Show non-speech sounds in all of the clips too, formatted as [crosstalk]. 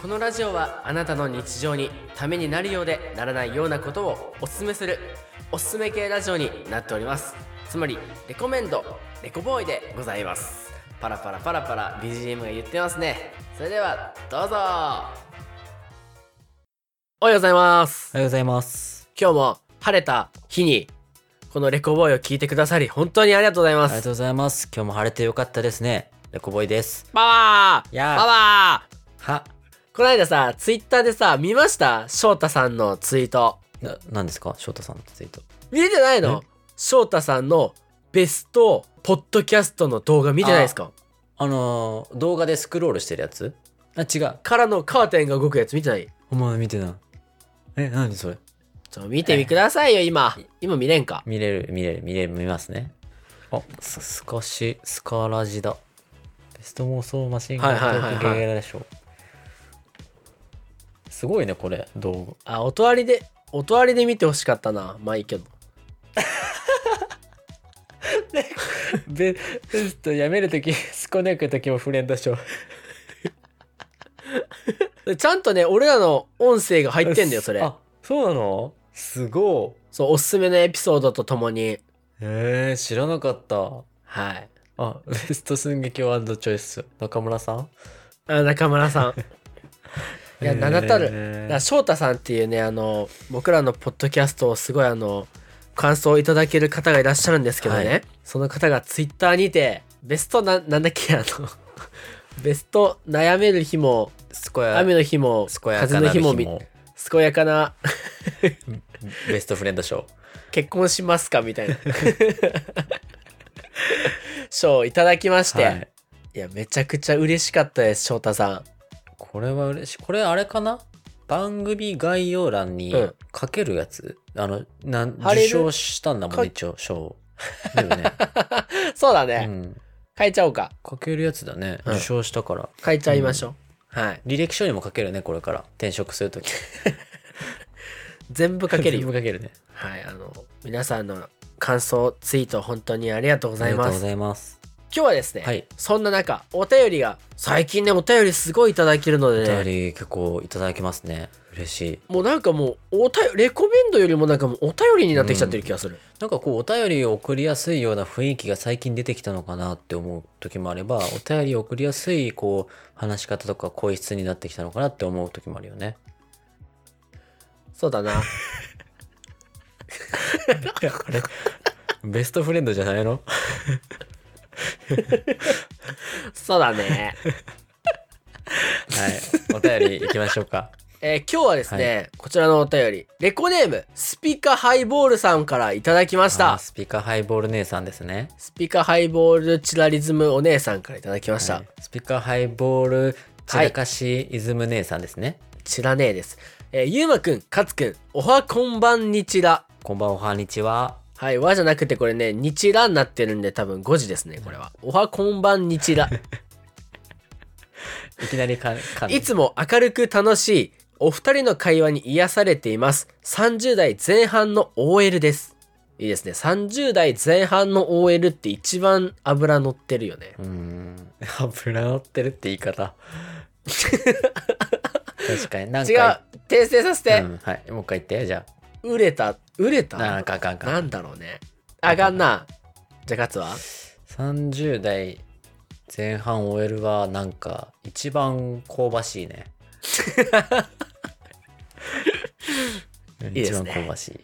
このラジオはあなたの日常にためになるようでならないようなことをおすすめするおすすめ系ラジオになっておりますつまりレコメンドレコボーイでございますパラパラパラパラ BGM が言ってますねそれではどうぞおはようございますおはようございます。今日も晴れた日にこのレコボーイを聞いてくださり本当にありがとうございあまりがすとうございます。今日も晴れてよかったですね。レコボイです。パワーやあパワーは、この間さツイッターでさ見ました翔太さんのツイートな、何ですか翔太さんのツイート。見れてないの翔太さんのベストポッドキャストの動画見てないですかあのー、動画でスクロールしてるやつあ、違う。からのカーテンが動くやつ見てないお前見てない。え、何それちょ見てみくださいよ今今見れんか見れる、見れる、見れる、見ますね。あ、す、すかし、スカラジだ。ベスト妄想マシンガントはいはいーはクいゲーでしょ。すごいね、これ、動あおとわりでおとわりで見てほしかったなまあいいけど画。 [laughs] ベベストやめるとき、スコネクときもフレンドショー。でちゃんとね俺らの音声が入ってんだよそれあ、そうなのすごい。そうおすすめのエピソードとともにえー、知らなかった。はいあ、ベスト寸劇ワンドチョイス。中村さんあ中村さ [laughs] んいや名だたるだえかーら翔太さんっていうねあの僕らのポッドキャストをすごいあの感想をいただける方がいらっしゃるんですけどね、はいその方がツイッターにてベストななんだっけあの [laughs] ベスト悩める日も健や雨の日も健や風かのな日日ももみ健やかなベストフレンド賞。結婚しますかみ [laughs] たいな賞をいただきまして、、はいい。やめちゃくちゃ嬉しかったです翔太さんこれは嬉しい。これあれかな番組概要欄にうん書けるやつ、あの、なん貼れる受賞したんだもかん、一応、 [laughs] 賞。だよね。そうだうね、ん。変えちゃおうか書けるやつだね。うん受賞したから。変えちゃいましょう、はい履歴書にも書けるね、これから。転職するとき。全部かけるよ全部書けるね。はい、あの皆さんの感想ツイート本当にありがとうごあざりいがとまうごす。ざいます。今日はですね、はいそんな中お便りが最近ねお便りすごいいただけるのおで便ね、り結構いただきますね。嬉しい。もうなんかもうお便りレコメンドよりもなんかもうお便りになってきちゃってる気がする。なんかこうお便りを送りやすいような雰囲気が最近出てきたのかなって思う時もあればお便りを送りやすいこう話し方とか声質になってきたのかなって思う時もあるよね。そうだな。 [laughs] あれ [laughs] ベストフレンドじゃないのそうだね。はい。お便り行きましょうか。えー今日はですね、こちらのお便りレコネームスピカハイボールさんからいただきましあた。スピカハイボール姉さんですね。スピカハイボールチラリズムお姉さんからいただきました。はいスピカハイボール散らかしイズム姉さんですね。チラネーです。えー、ゆうまくん、かつくん、おはこんばんにちら。こんばんは、こんにちは。はい、和じゃなくてこれね、日らになってるんで多分5時ですね、これは。おはこんばん日ら。いきなりか、かんいつも明るく楽しい、お二人の会話に癒されています。30代前半の OL です。いいですね。30代前半の OL って一番脂乗ってるよね。うーん油乗ってるって言い方確かになんか違う、訂正させて、うん、はいもう一回言ってじゃ売れた、売れあたなんかあかんあかんなんだろうね。あがんな。じゃあ、かつは30代前半 OL はなんか一番香ばしい [laughs] ねいで一す番ね香ばしい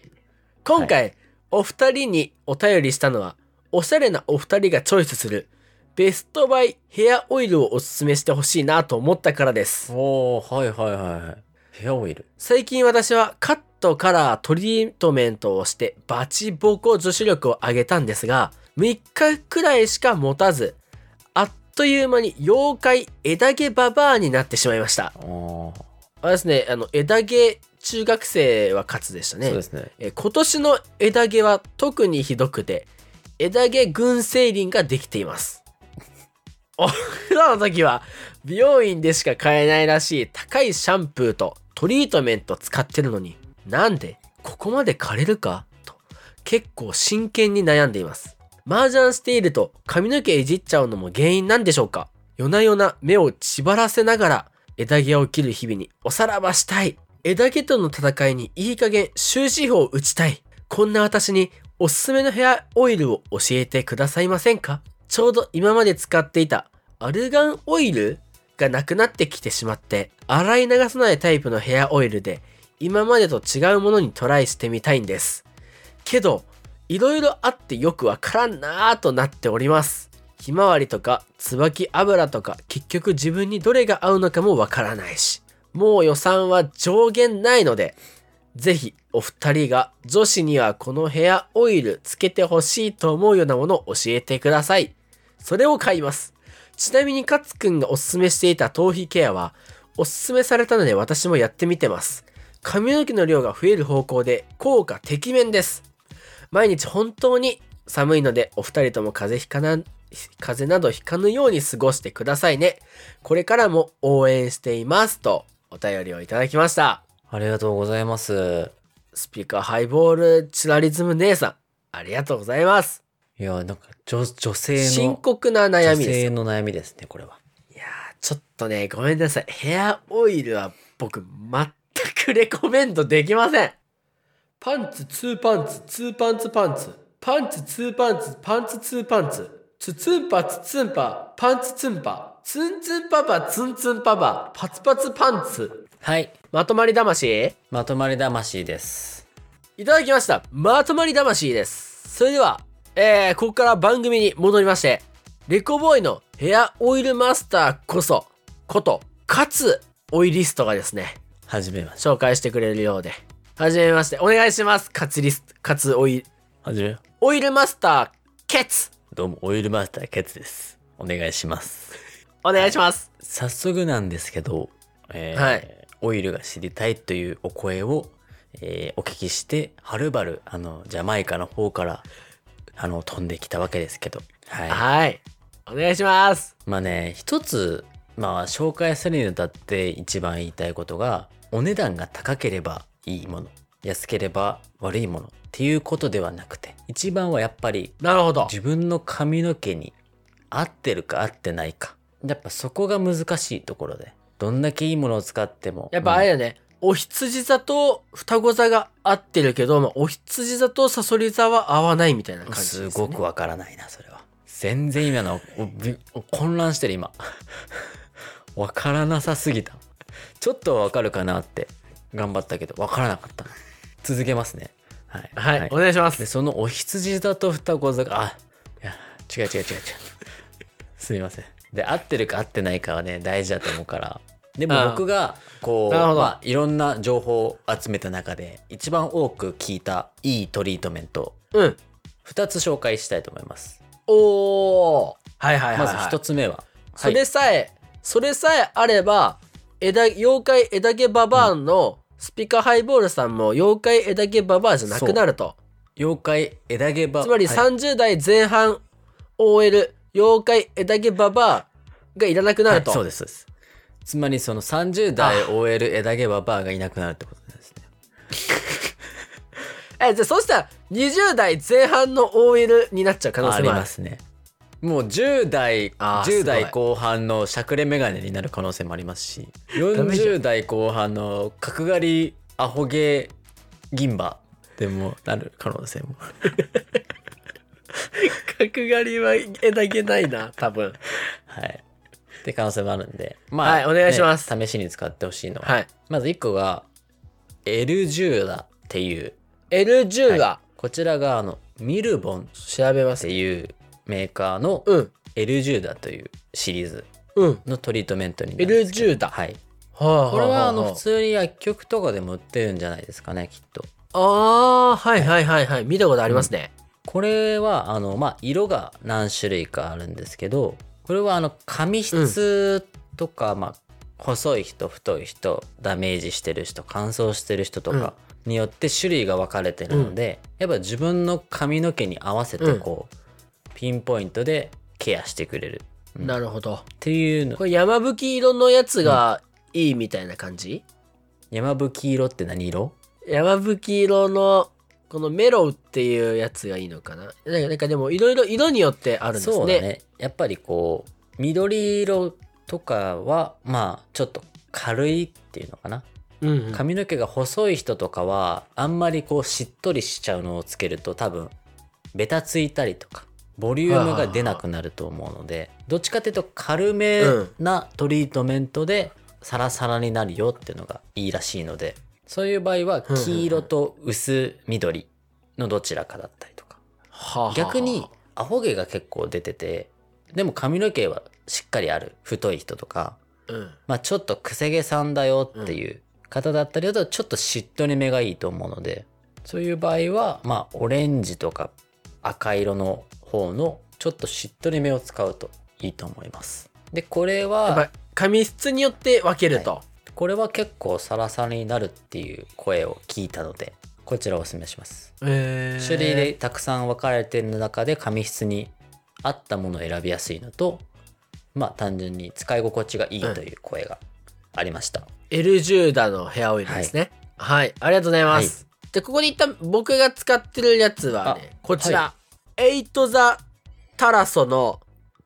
今回、お二人にお便りしたのはおしゃれなお二人がチョイスするベストバイヘアオイルをおすすめしてほしいなと思ったからですおーはいはいはいはいヘアオイル最近私はカットカラートリートメントをしてバチボコ女子力を上げたんですが3日くらいしか持たずあっという間に妖怪枝毛ババアになってしまいましたおーあれですねあの枝毛中学生は勝つでしたねそうですねえー今年の枝毛は特にひどくて枝毛群生林ができていますお風呂の時は美容院でしか買えないらしい高いシャンプーとトリートメント使ってるのになんでここまで枯れるかと結構真剣に悩んでいます麻雀していると髪の毛いじっちゃうのも原因なんでしょうか夜な夜な目を縛らせながら枝毛を切る日々におさらばしたい枝毛との戦いにいい加減終止符を打ちたいこんな私におすすめのヘアオイルを教えてくださいませんかちょうど今まで使っていたアルガンオイルがなくなってきてしまって洗い流さないタイプのヘアオイルで今までと違うものにトライしてみたいんですけどいろいろあってよくわからんなぁとなっておりますひまわりとか椿油とか結局自分にどれが合うのかもわからないしもう予算は上限ないのでぜひお二人が女子にはこのヘアオイルつけてほしいと思うようなものを教えてくださいそれを買いますちなみに勝つくんがおすすめしていた頭皮ケアはおすすめされたので私もやってみてます髪の毛の量が増える方向で効果てきめんです毎日本当に寒いのでお二人とも風邪ひかな風邪などひかぬように過ごしてくださいねこれからも応援していますとお便りをいただきましたありがとうございます。スピーカーハイボールチラリズム姉さん、ありがとうございます。いや、なんか、女、女性の。深刻な悩みで女す性よ。の悩みですね、これは。いやー、ちょっとね、ごめんなさい。ヘアオイルは僕、全くレコメンドできません。パンツ、ツーパンツ、ツーパンツパンツ。パンツ、ツーパンツ、パンツ、ツーパンツ。ツツンパ、ツツンパ、パンツツンパ。ツンツンパパ、ツンツンパパ、パツパツパンツ。はい。まとまり魂まとまり魂です。いただきました。まとまり魂です。それでは、えー、ここから番組に戻りまして、レコボーイのヘアオイルマスターこそ、こと、勝オイリストがですね、はじめまし紹介してくれるようで。はじめまして、お願いします。勝リスト、勝オイル、はじめ。オイルマスター、ケツどうも、オイルマスターケツです。お願いします。お願いします。早速なんですけど、えーはいオイルが知りたいというお声を、えーお聞きして、はるばる、あの、ジャマイカの方から、あの、飛んできたわけですけど。はい。はい。お願いします。まあね、一つ、まあ、紹介するにあたって一番言いたいことが、お値段が高ければいいもの、安ければ悪いものっていうことではなくて、一番はやっぱりなるほど。自分の髪の毛に合ってるか合ってないか。やっぱそこが難しいところで、どんだけいいものを使っても。やっぱあれだね、お羊座と双子座が合ってるけど、まあ、お羊座とサソリ座は合わないみたいなうん感じです、すね。ごくわからないな、それは。全然今の、おび混乱してる今。 [laughs] わからなさすぎた。ちょっとはわかるかなって頑張ったけど、わからなかった。続けますね。はい。はい、お願いしま。ですそのお羊座と双子座があいや違う違う違う違うすみませんで合ってるか合ってないかはね大事だと思うからであもあ僕がこうなるほどまあ、いろんな情報を集めた中で一番多く聞いたいいトリートメントうん。 2つ紹介したいと思いますおー。はいはいはい、まはい。ず1つ目は、そはれいさえ、それさえあれば、枝、妖怪枝毛ババアンのスピカハイボールさんも妖怪枝毛ババアじゃなくなると。妖怪枝毛羽つまりはい30代前半 OL、妖怪枝毛ババアがいらなくなると。はいそうですそうですつまりその30代あ OL 枝毛ババアがいなくなるってことですねえ、じゃあそしたら20代前半の OL になっちゃう可能あ性りもある。ますねもう10代あー10すご代い後半のしゃくれ眼鏡になる可能性もありますしダメじゃん40代後半の角刈りアホ毛銀歯でもなる可能性も角刈りは枝毛ないな、多分。はいって可能性もあるんでまあ、はいお願いしますね試しに使ってほしいのは、はい。まず1個が L10 だっていう L10 は、こちらがあのミルボンっ調べますて。いうメーカーのうん。 L10 だというシリーズうん。のトリートメントになるんですけど L10 だ。はいはこれはあの普通に薬局とかでも売ってるんじゃないですかねきっとああー、はいはいはいはい。見たことありますね。これはあのまあ色が何種類かあるんですけどこれはあの髪質とか、まあ細い人太い人ダメージしてる人乾燥してる人とかによって種類が分かれてるので、やっぱ自分の髪の毛に合わせてこう、ピンポイントでケアしてくれるうんなるほど。っていうのこれ山吹色のやつがいいみたいな感じ、山吹色って何色山吹色のこのメロウっていうやつがいいのかななんかなんかでもいろいろ色によってあるんですね。そうだねやっぱりこう緑色とかはまあちょっと軽いっていうのかなうんうん。髪の毛が細い人とかはあんまりこうしっとりしちゃうのをつけると多分ベタついたりとかボリュームが出なくなると思うのでどっちかっていうと軽めなトリートメントでサラサラになるよっていうのがいいらしいのでそういう場合はうんうんうん黄色と薄緑のどちらかだったりとかはあはあ逆に、アホ毛が結構出ててでも髪の毛はしっかりある太い人とかうん。まあ、ちょっとくせ毛さんだよっていう方だったりだとちょっとしっとりめがいいと思うのでそういう場合はまあオレンジとか赤色の方のちょっとしっとりめを使うといいと思いますでこれやっはぱ髪質によって分けると。これは結構サラサラになるっていう声を聞いたのでこちらをお勧めしますえー種類でたくさん分かれてる中で髪質に合ったものを選びやすいのとまあ単純に使い心地がいいという声がありました、 L ジューダのヘアオイルですね。はい、ありがとうございます。で、ここで一旦僕が使ってるやつはね、こちら、エイトザタラソの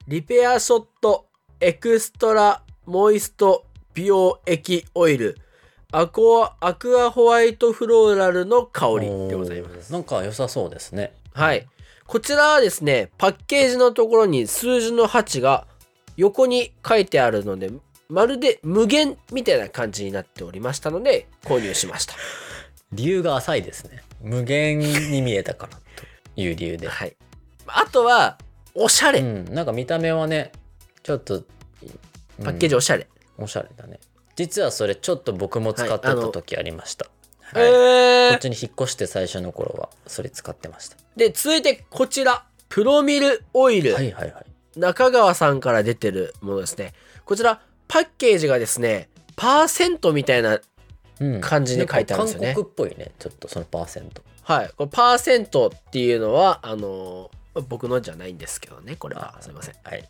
リペアショットエクストラモイスト美容液オイルアコアアクアホワイトフローラルの香りでございます。すなんか良さそうですねはい。こちらはですね、パッケージのところに数字の8が横に書いてあるので、まるで無限みたいな感じになっておりましたので、購入しました。理由が浅いですね無限に見えたからという理由で、はい。あとは、おしゃれ。うん、なんか見た目はねちょっとパッケージおしゃれ。おしゃれだね実はそれちょっと僕も使ってはいあたの時ありました、えはいこーっちに引っ越して最初の頃はそれ使ってましたで、続いてこちら。プロミルオイル。はいはいはい中川さんから出てるものですね。こちら、パッケージがですね、パーセントみたいな、うん感じで書いてあるんですよねなんか韓国っぽいねちょっとそのパーセントはい。これパーセントっていうのは、あのー僕のじゃないんですけどね、これは。すいません。はい、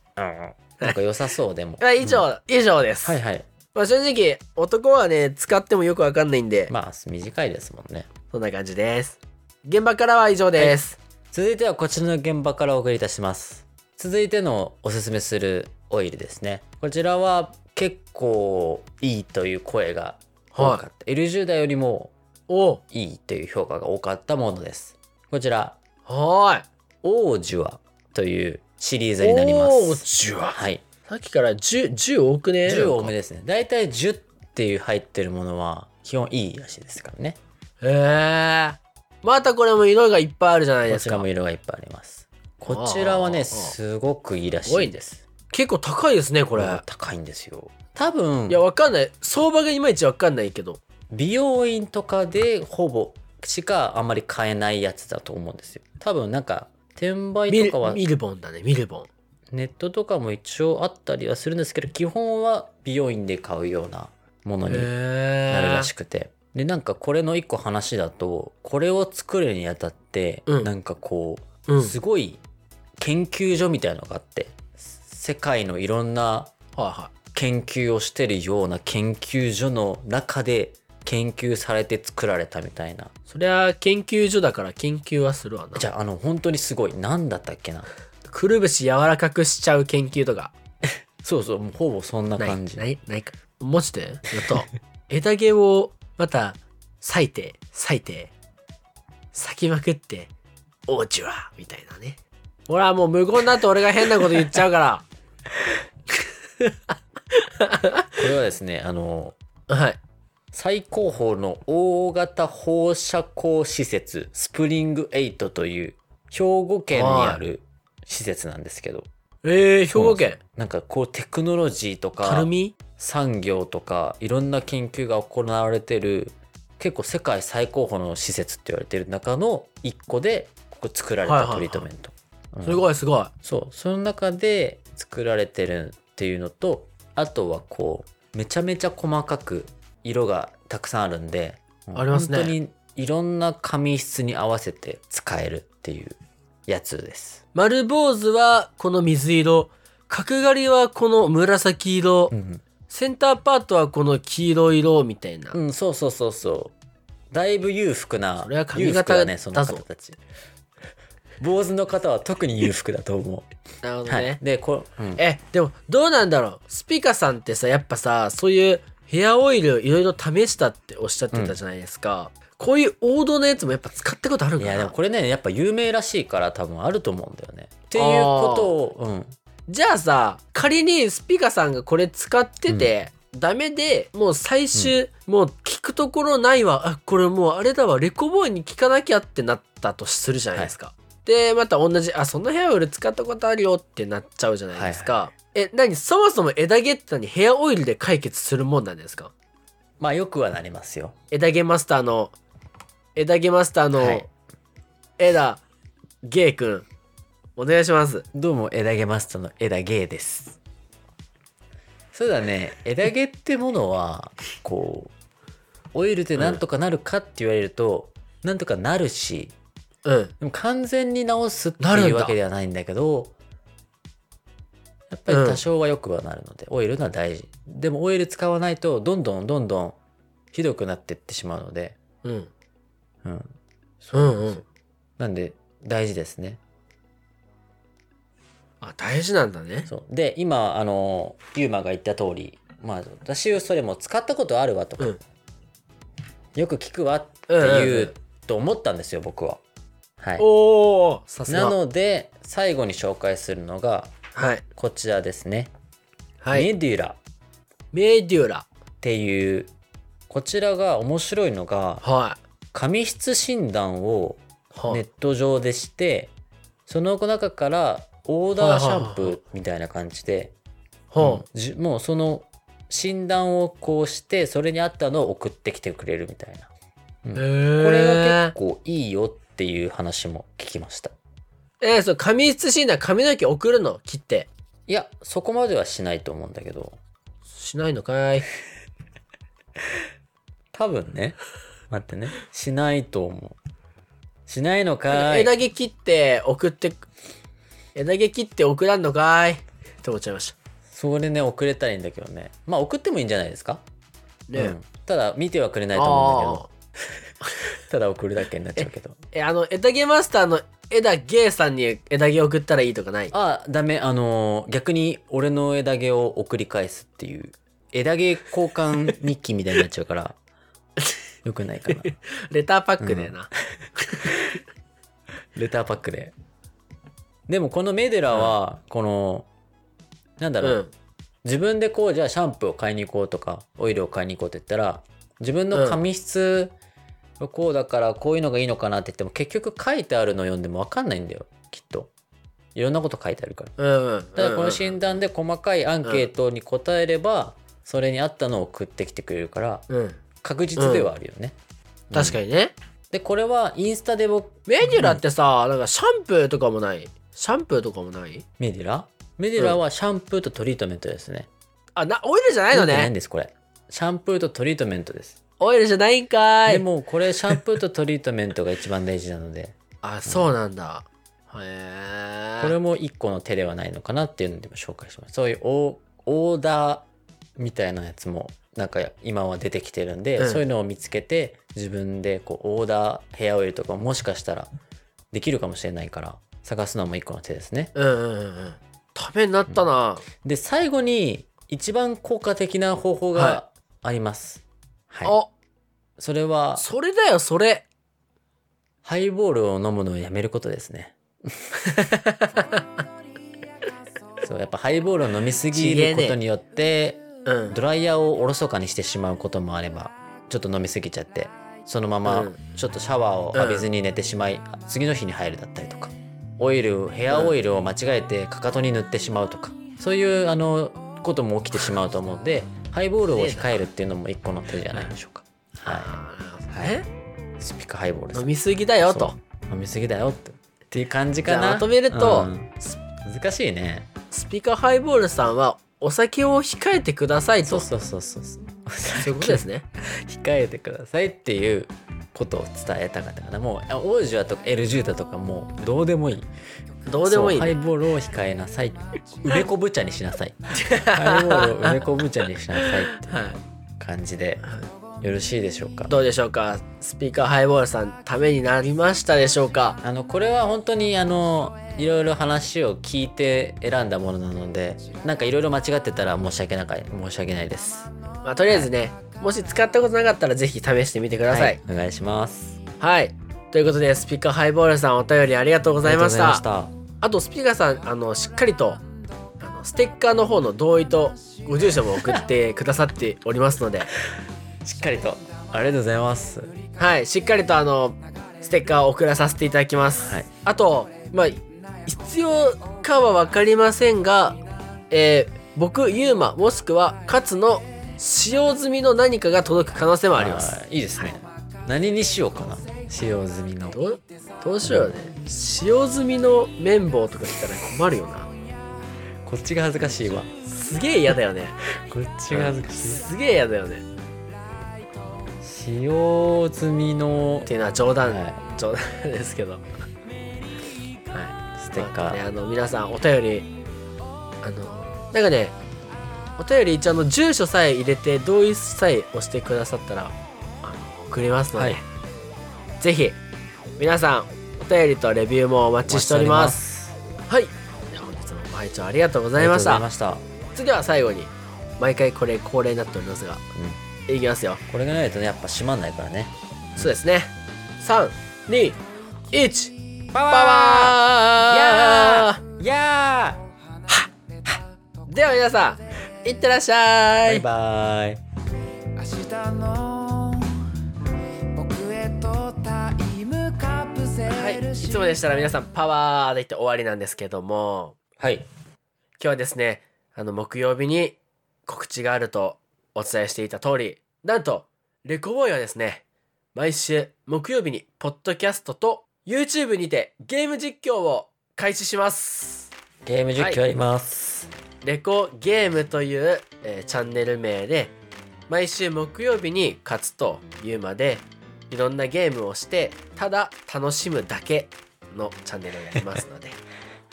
なんか良さそうでもまあ以上、うん以上です。はいはいまあ正直、男はね、使ってもよくわかんないんで、まあ短いですもんねそんな感じです。現場からは以上です。続いてはこちらの現場からお送りいたします続いてのおすすめするオイルですねこちらは結構いいという声が多かった、L10 代よりもおいいという評価が多かったものですこちらはーい。オージュアというシリーズになりますおージュアはいさっきから10、10多くね10多めめ。ですねだいたい10っていう入ってるものは基本いいらしいですからねへえー。またこれも色がいっぱいあるじゃないこでちすらかも。色がいっぱいありますこちらはあねーすごくいいらしすごいいねです結構高いですね、これ。高いんですよ多分いや、わかんない。相場がいまいちわかんないけど。美容院とかでほぼしかあんまり買えないやつだと思うんですよ多分なんか転売ミとルかはミルボンだね、ミルボン。ネットとかも一応あったりはするんですけど基本は美容院で買うようなものへにえなるらしくて、でなんかこれの一個話だとこれを作るにあたって、うんなんかこううん。すごい研究所みたいなのがあって世界のいろんなはいは。研究をしてるような研究所の中で研究されて作られたみたいないそりゃ、研究所だから研究はするわな。じゃああの本当にすごい何だったっけなくるぶし柔らかくしちゃう研究とかそうそうもうほぼそんなない感じないないかもしてやっと [laughs] 枝毛をまた裂いて裂いて裂きまくってオーチュアみたいなねほらもう無言だと俺が変なこと言っちゃうかこれはですねあのら [laughs] はい最高峰の大型放射光施設スプリング8という兵庫県にある施設なんですけどえー、兵庫県なんかこうテクノロジーとかたるみ産業とかいろんな研究が行われてる結構世界最高峰の施設って言われてる中の一個でここ作られはいはたいはいトリートメント、うんすごいすごいそうその中で作られてるっていうのとあとはこうめちゃめちゃ細かく色がたくさんあるんで、うんありますね本当にいろんな髪質に合わせて使えるっていうやつです、丸坊主はこの水色角刈りはこの紫色、うんセンターパートはこの黄色色みたいな、うん、そうそうそうそう。だいぶ裕福な、それは髪裕福だね、型その方だぞたち。坊主の方は特に裕福だと思なるほう。どね、はい。で、こう、うんえでもどうなんだろうスピカさんってさやっぱさそういうヘアオイルいろいろ試したっておっしゃってたじゃないですか、こういう王道のやつもやっぱ使ったことあるんいかやでもなこれねやっぱ有名らしいから多分あると思うんだよね。っていうことを、うん、じゃあさ仮にスピカさんがこれ使ってて、ダメでもう最終、もう聞くところないわあこれもうあれだわレコボーイに聞かなきゃってなったとするじゃないですか、でまた同じあそのヘアオイル使ったことあるよってなっちゃうじゃないですか、え何そもそも枝毛って何ヘアオイルで解決するもんなんですかまあよくはなりますよ。枝毛マスターの枝毛マスターはのい枝ゲイくんお願いしますどうも枝毛マスターの枝毛です。そうだね枝毛ってものはこうオイルでなんとかなるかって言われると、なんとかなるしうんでも完全に治すってなるんいだうわけではないんだけどやっぱり多少は良くはなるので、オイルのは大事でもオイル使わないとどんどんどんどんひどくなってってしまうので、うんうん、うんうんなんで大事ですねあ大事なんだねそうで今あのユーマが言った通りまあ私はそれも使ったことあるわとか、うんよく聞くわってうんうんいううと思ったんですよ僕ははいおおさすながので最後に紹介するのがはいこちらですね、はいメデュラメデュラっていうこちらが面白いのがはい髪質診断をはネット上でしてその中からオーダーシャンプーみたいな感じではじもうその診断をこうしてそれに合ったのを送ってきてくれるみたいなへこれがえ結構いいよっていう話も聞きましたえー、そう髪質診断髪の毛送るの切っていやそこまではしないと思うんだけどしないのかい多分 [laughs] ね待ってねしないと思うしないのかい枝毛切って送って枝毛切って送らんのかいって思っちゃいましそれね送れたらいいんだけどねまあ送ってもいいんじゃないですか、たねえ、うんただ見てはくれないと思うんだああけどただ送るだけになっちゃうけどえあの枝毛マスターの枝毛さんに枝毛送ったらいいとかないあダメあのー逆に俺の枝毛を送り返すっていう枝毛交換日記みたいになっちゃうからよくないかなレターパックだよな、レターパックででもこのメデラはこの、なんだうろう、ん自分でこうじゃあシャンプーを買いに行こうとかオイルを買いに行こうって言ったら自分の髪質がこうだからこういうのがいいのかなって言っても結局書いてあるの読んでも分かんないんだよきっといろんなこと書いてあるからうんうんただこうんの診断で細かいアンケートに答えればそれに合ったのを送ってきてくれるからうん確実ではあるよね、確かににね、でこれはインスタで僕メデュラってさ、なんかシャンプーとかもないシャンプーとかもないメディラメディラはシャンプーとトリートメントですね、あなオイルじゃないのトリートメントないねんですこれシャンプーとトリートメントですオイルじゃないんかーいでもこれシャンプーとトリートメントが一番大事なのであそうなんだ、へえこれも一個の手ではないのかなっていうのでも紹介しますそういうオーオーダーみたいなやつもなんか今は出てきてるんで、うんそういうのを見つけて自分でこうオーダーヘアオイルとかももしかしたらできるかもしれないから探すのも一個の手ですねうんうんうんうんためになったな、で最後に一番効果的な方法があります、はいあそれはそれだよそれハイボールを飲むのをやめることです [laughs] ね。そうやっぱハイボールを飲みすぎることによって、うんドライヤーをおろそかにしてしまうこともあればちょっと飲みすぎちゃってそのままうんちょっとシャワーを浴びずに寝てしまい、次の日に入るだったりとかオイルヘアオイルを間違えてかかとに塗ってしまうとかそういうあのことも起きてしまうと思うんでハイボールを控えるっていうのも一個の手じゃないでしょうか。はあーなるほどねい、スピカハイボールです飲みすぎだよとそう飲みすぎだよってっていう感じじかゃあなまとめると、うん難しいねスピカハイボールさんはお酒を控えてくださいそとうそそうそうそうそうういうことです [laughs] ね控えてくださいっていうことを伝えたかったかなもうあオージュアとかエルジュータとかもうどうでもいいどうでもいい、そうハねイボールを控えなさい梅昆布茶にしなさいハイボールを梅昆布茶にしなさいってはい感じでよろしいでしょうかどうでしょうかスピーカーハイボールさんためになりましたでしょうかあのこれは本当にあのいろいろ話を聞いて選んだものなのでなんかいろいろ間違ってたら申し訳なか申し訳ないですまあとりあえずねもし使ったことなかったらぜひ試してみてくださいはい、お願いしますはい、ということでスピーカーハイボールさんお便りありがとうごございましたざいまあとスピーカーさんあのしっかりとあのステッカーの方の同意とご住所も送ってくださっております [laughs] のでしたしっかりとありがとうございますはい、しっかりとあのステッカーを送らさせていただきます。はいあと、まあ必要かは分かりませんが、えー僕ユーマもしくはカツの使用済みの何かが届く可能性もあります。ーいいですね、何にしようかな使用済みのどうどうしようね。使用済みの綿棒とか言ったら困るよな。こっちが恥ずかしいわすげえ嫌だよね。こっちが恥ずかしい、すげえ嫌だよね。使用済みのっていうのは冗談、はい冗談ですけど。はい。ステッカまあー、ね、あの皆さんお便りあのなんかねお便り一応あの住所さえ入れて同意さえ押してくださったらあの送りますので、はいぜひ皆さんお便りとレビューもお待ちしておりますすはいでは本日もご拝聴ありがとうごあざりいがましとうございたました、それでは最後に毎回これ恒例になっておりますがういきますよん、これがないとねやっぱ閉まんないからねそうですね321パパワーーやでは皆さんいってらっしゃーバいイバイ明日の僕へとタイムカプセルはい、いつもでしたら皆さんパワーで言って終わりなんですけどもはい今日はですねあの木曜日に告知があるとお伝えしていた通りなんとレコボーイはですね毎週木曜日にポッドキャストと YouTube にてゲーム実況を開始しますゲーム実況やります、レコゲームという、えーチャンネル名で毎週木曜日に勝つというまでいろんなゲームをしてただ楽しむだけのチャンネルをやりますので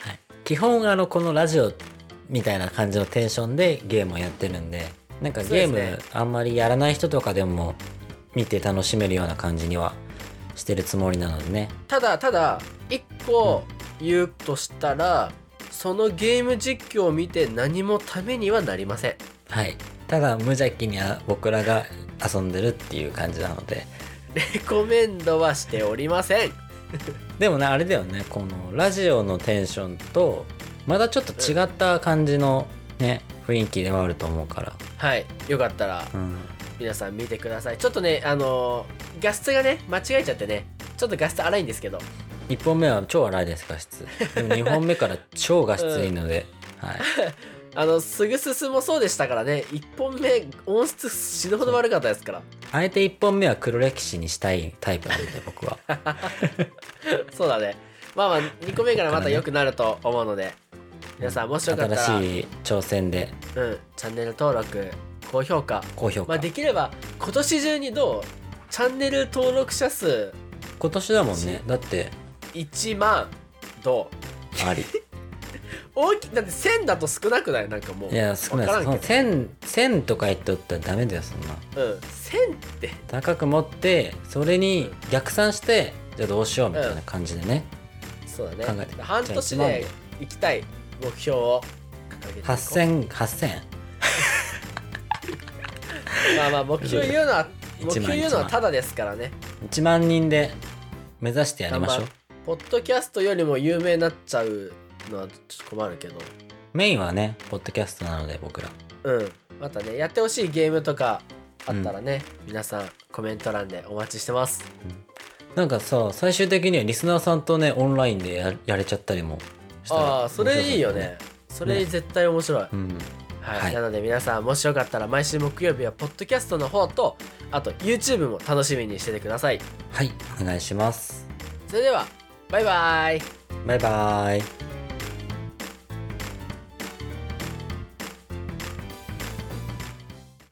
はい基本あのこのラジオみたいな感じのテンションでゲームをやってるんでなんかゲーそうでムあんまりやらない人とかでも見て楽しめるような感じにはしてるつもりなのでねただただ一個言うとしたら、そのゲーム実況を見て何もためにはなりません [laughs] はいただ無邪気にあ僕らが遊んでるっていう感じなのでレコメンドはしておりませんでもねあれだよねこのラジオのテンションとまだちょっと違った感じのね雰囲気ではあると思うから、はいよかったらうん、皆さん見てくださいちょっとねあのー画質がね間違えちゃってねちょっと画質荒いんですけど1本目は超荒いです画質でも2本目から超画質いい [laughs] ので、はい、あのすぐ進もそうでしたからね1本目音質死ぬほど悪かったですからあえて1本目は黒歴史にしたいタイプなので [laughs] 僕はそうだねまあまあ2個目からまた良くなると思うので皆さんもしよかったら、新しい挑戦でうん、チャンネル登録高評価高評価、まあ、できれば今年中にどうチャンネル登録者数今年だもんねだって1万どう [laughs] あり大きだって1000だと少なくないなんかもういや少ないでわすからんけ1000 1000とか言っとったらダメだよそんなど、うん、1000って高く持ってそれに逆算してじゃあどうしようみたいな感じでね、そうだ考ねえて半年じゃあ1万でで行きたい目標を掲げていこう8000 8000まあまあ目標言うのは1目万標言うのはただですからね1万人で目指してやりましょう頑張ポッドキャストよりも有名になっちゃうのはちょっと困るけどメインはねポッドキャストなので僕らうんまたねやってほしいゲームとかあったらね、皆さんコメント欄でお待ちしてますなんかさ最終的にはリスナーさんとねオンラインでややれちゃったりもしたらああーそれいいよねそれね絶対面白い、面白いねはいはいなので皆さんもしよかったら毎週木曜日はポッドキャストの方とあと YouTube も楽しみにしててくださいうんはいお願いしますそれではバイバイバイバイ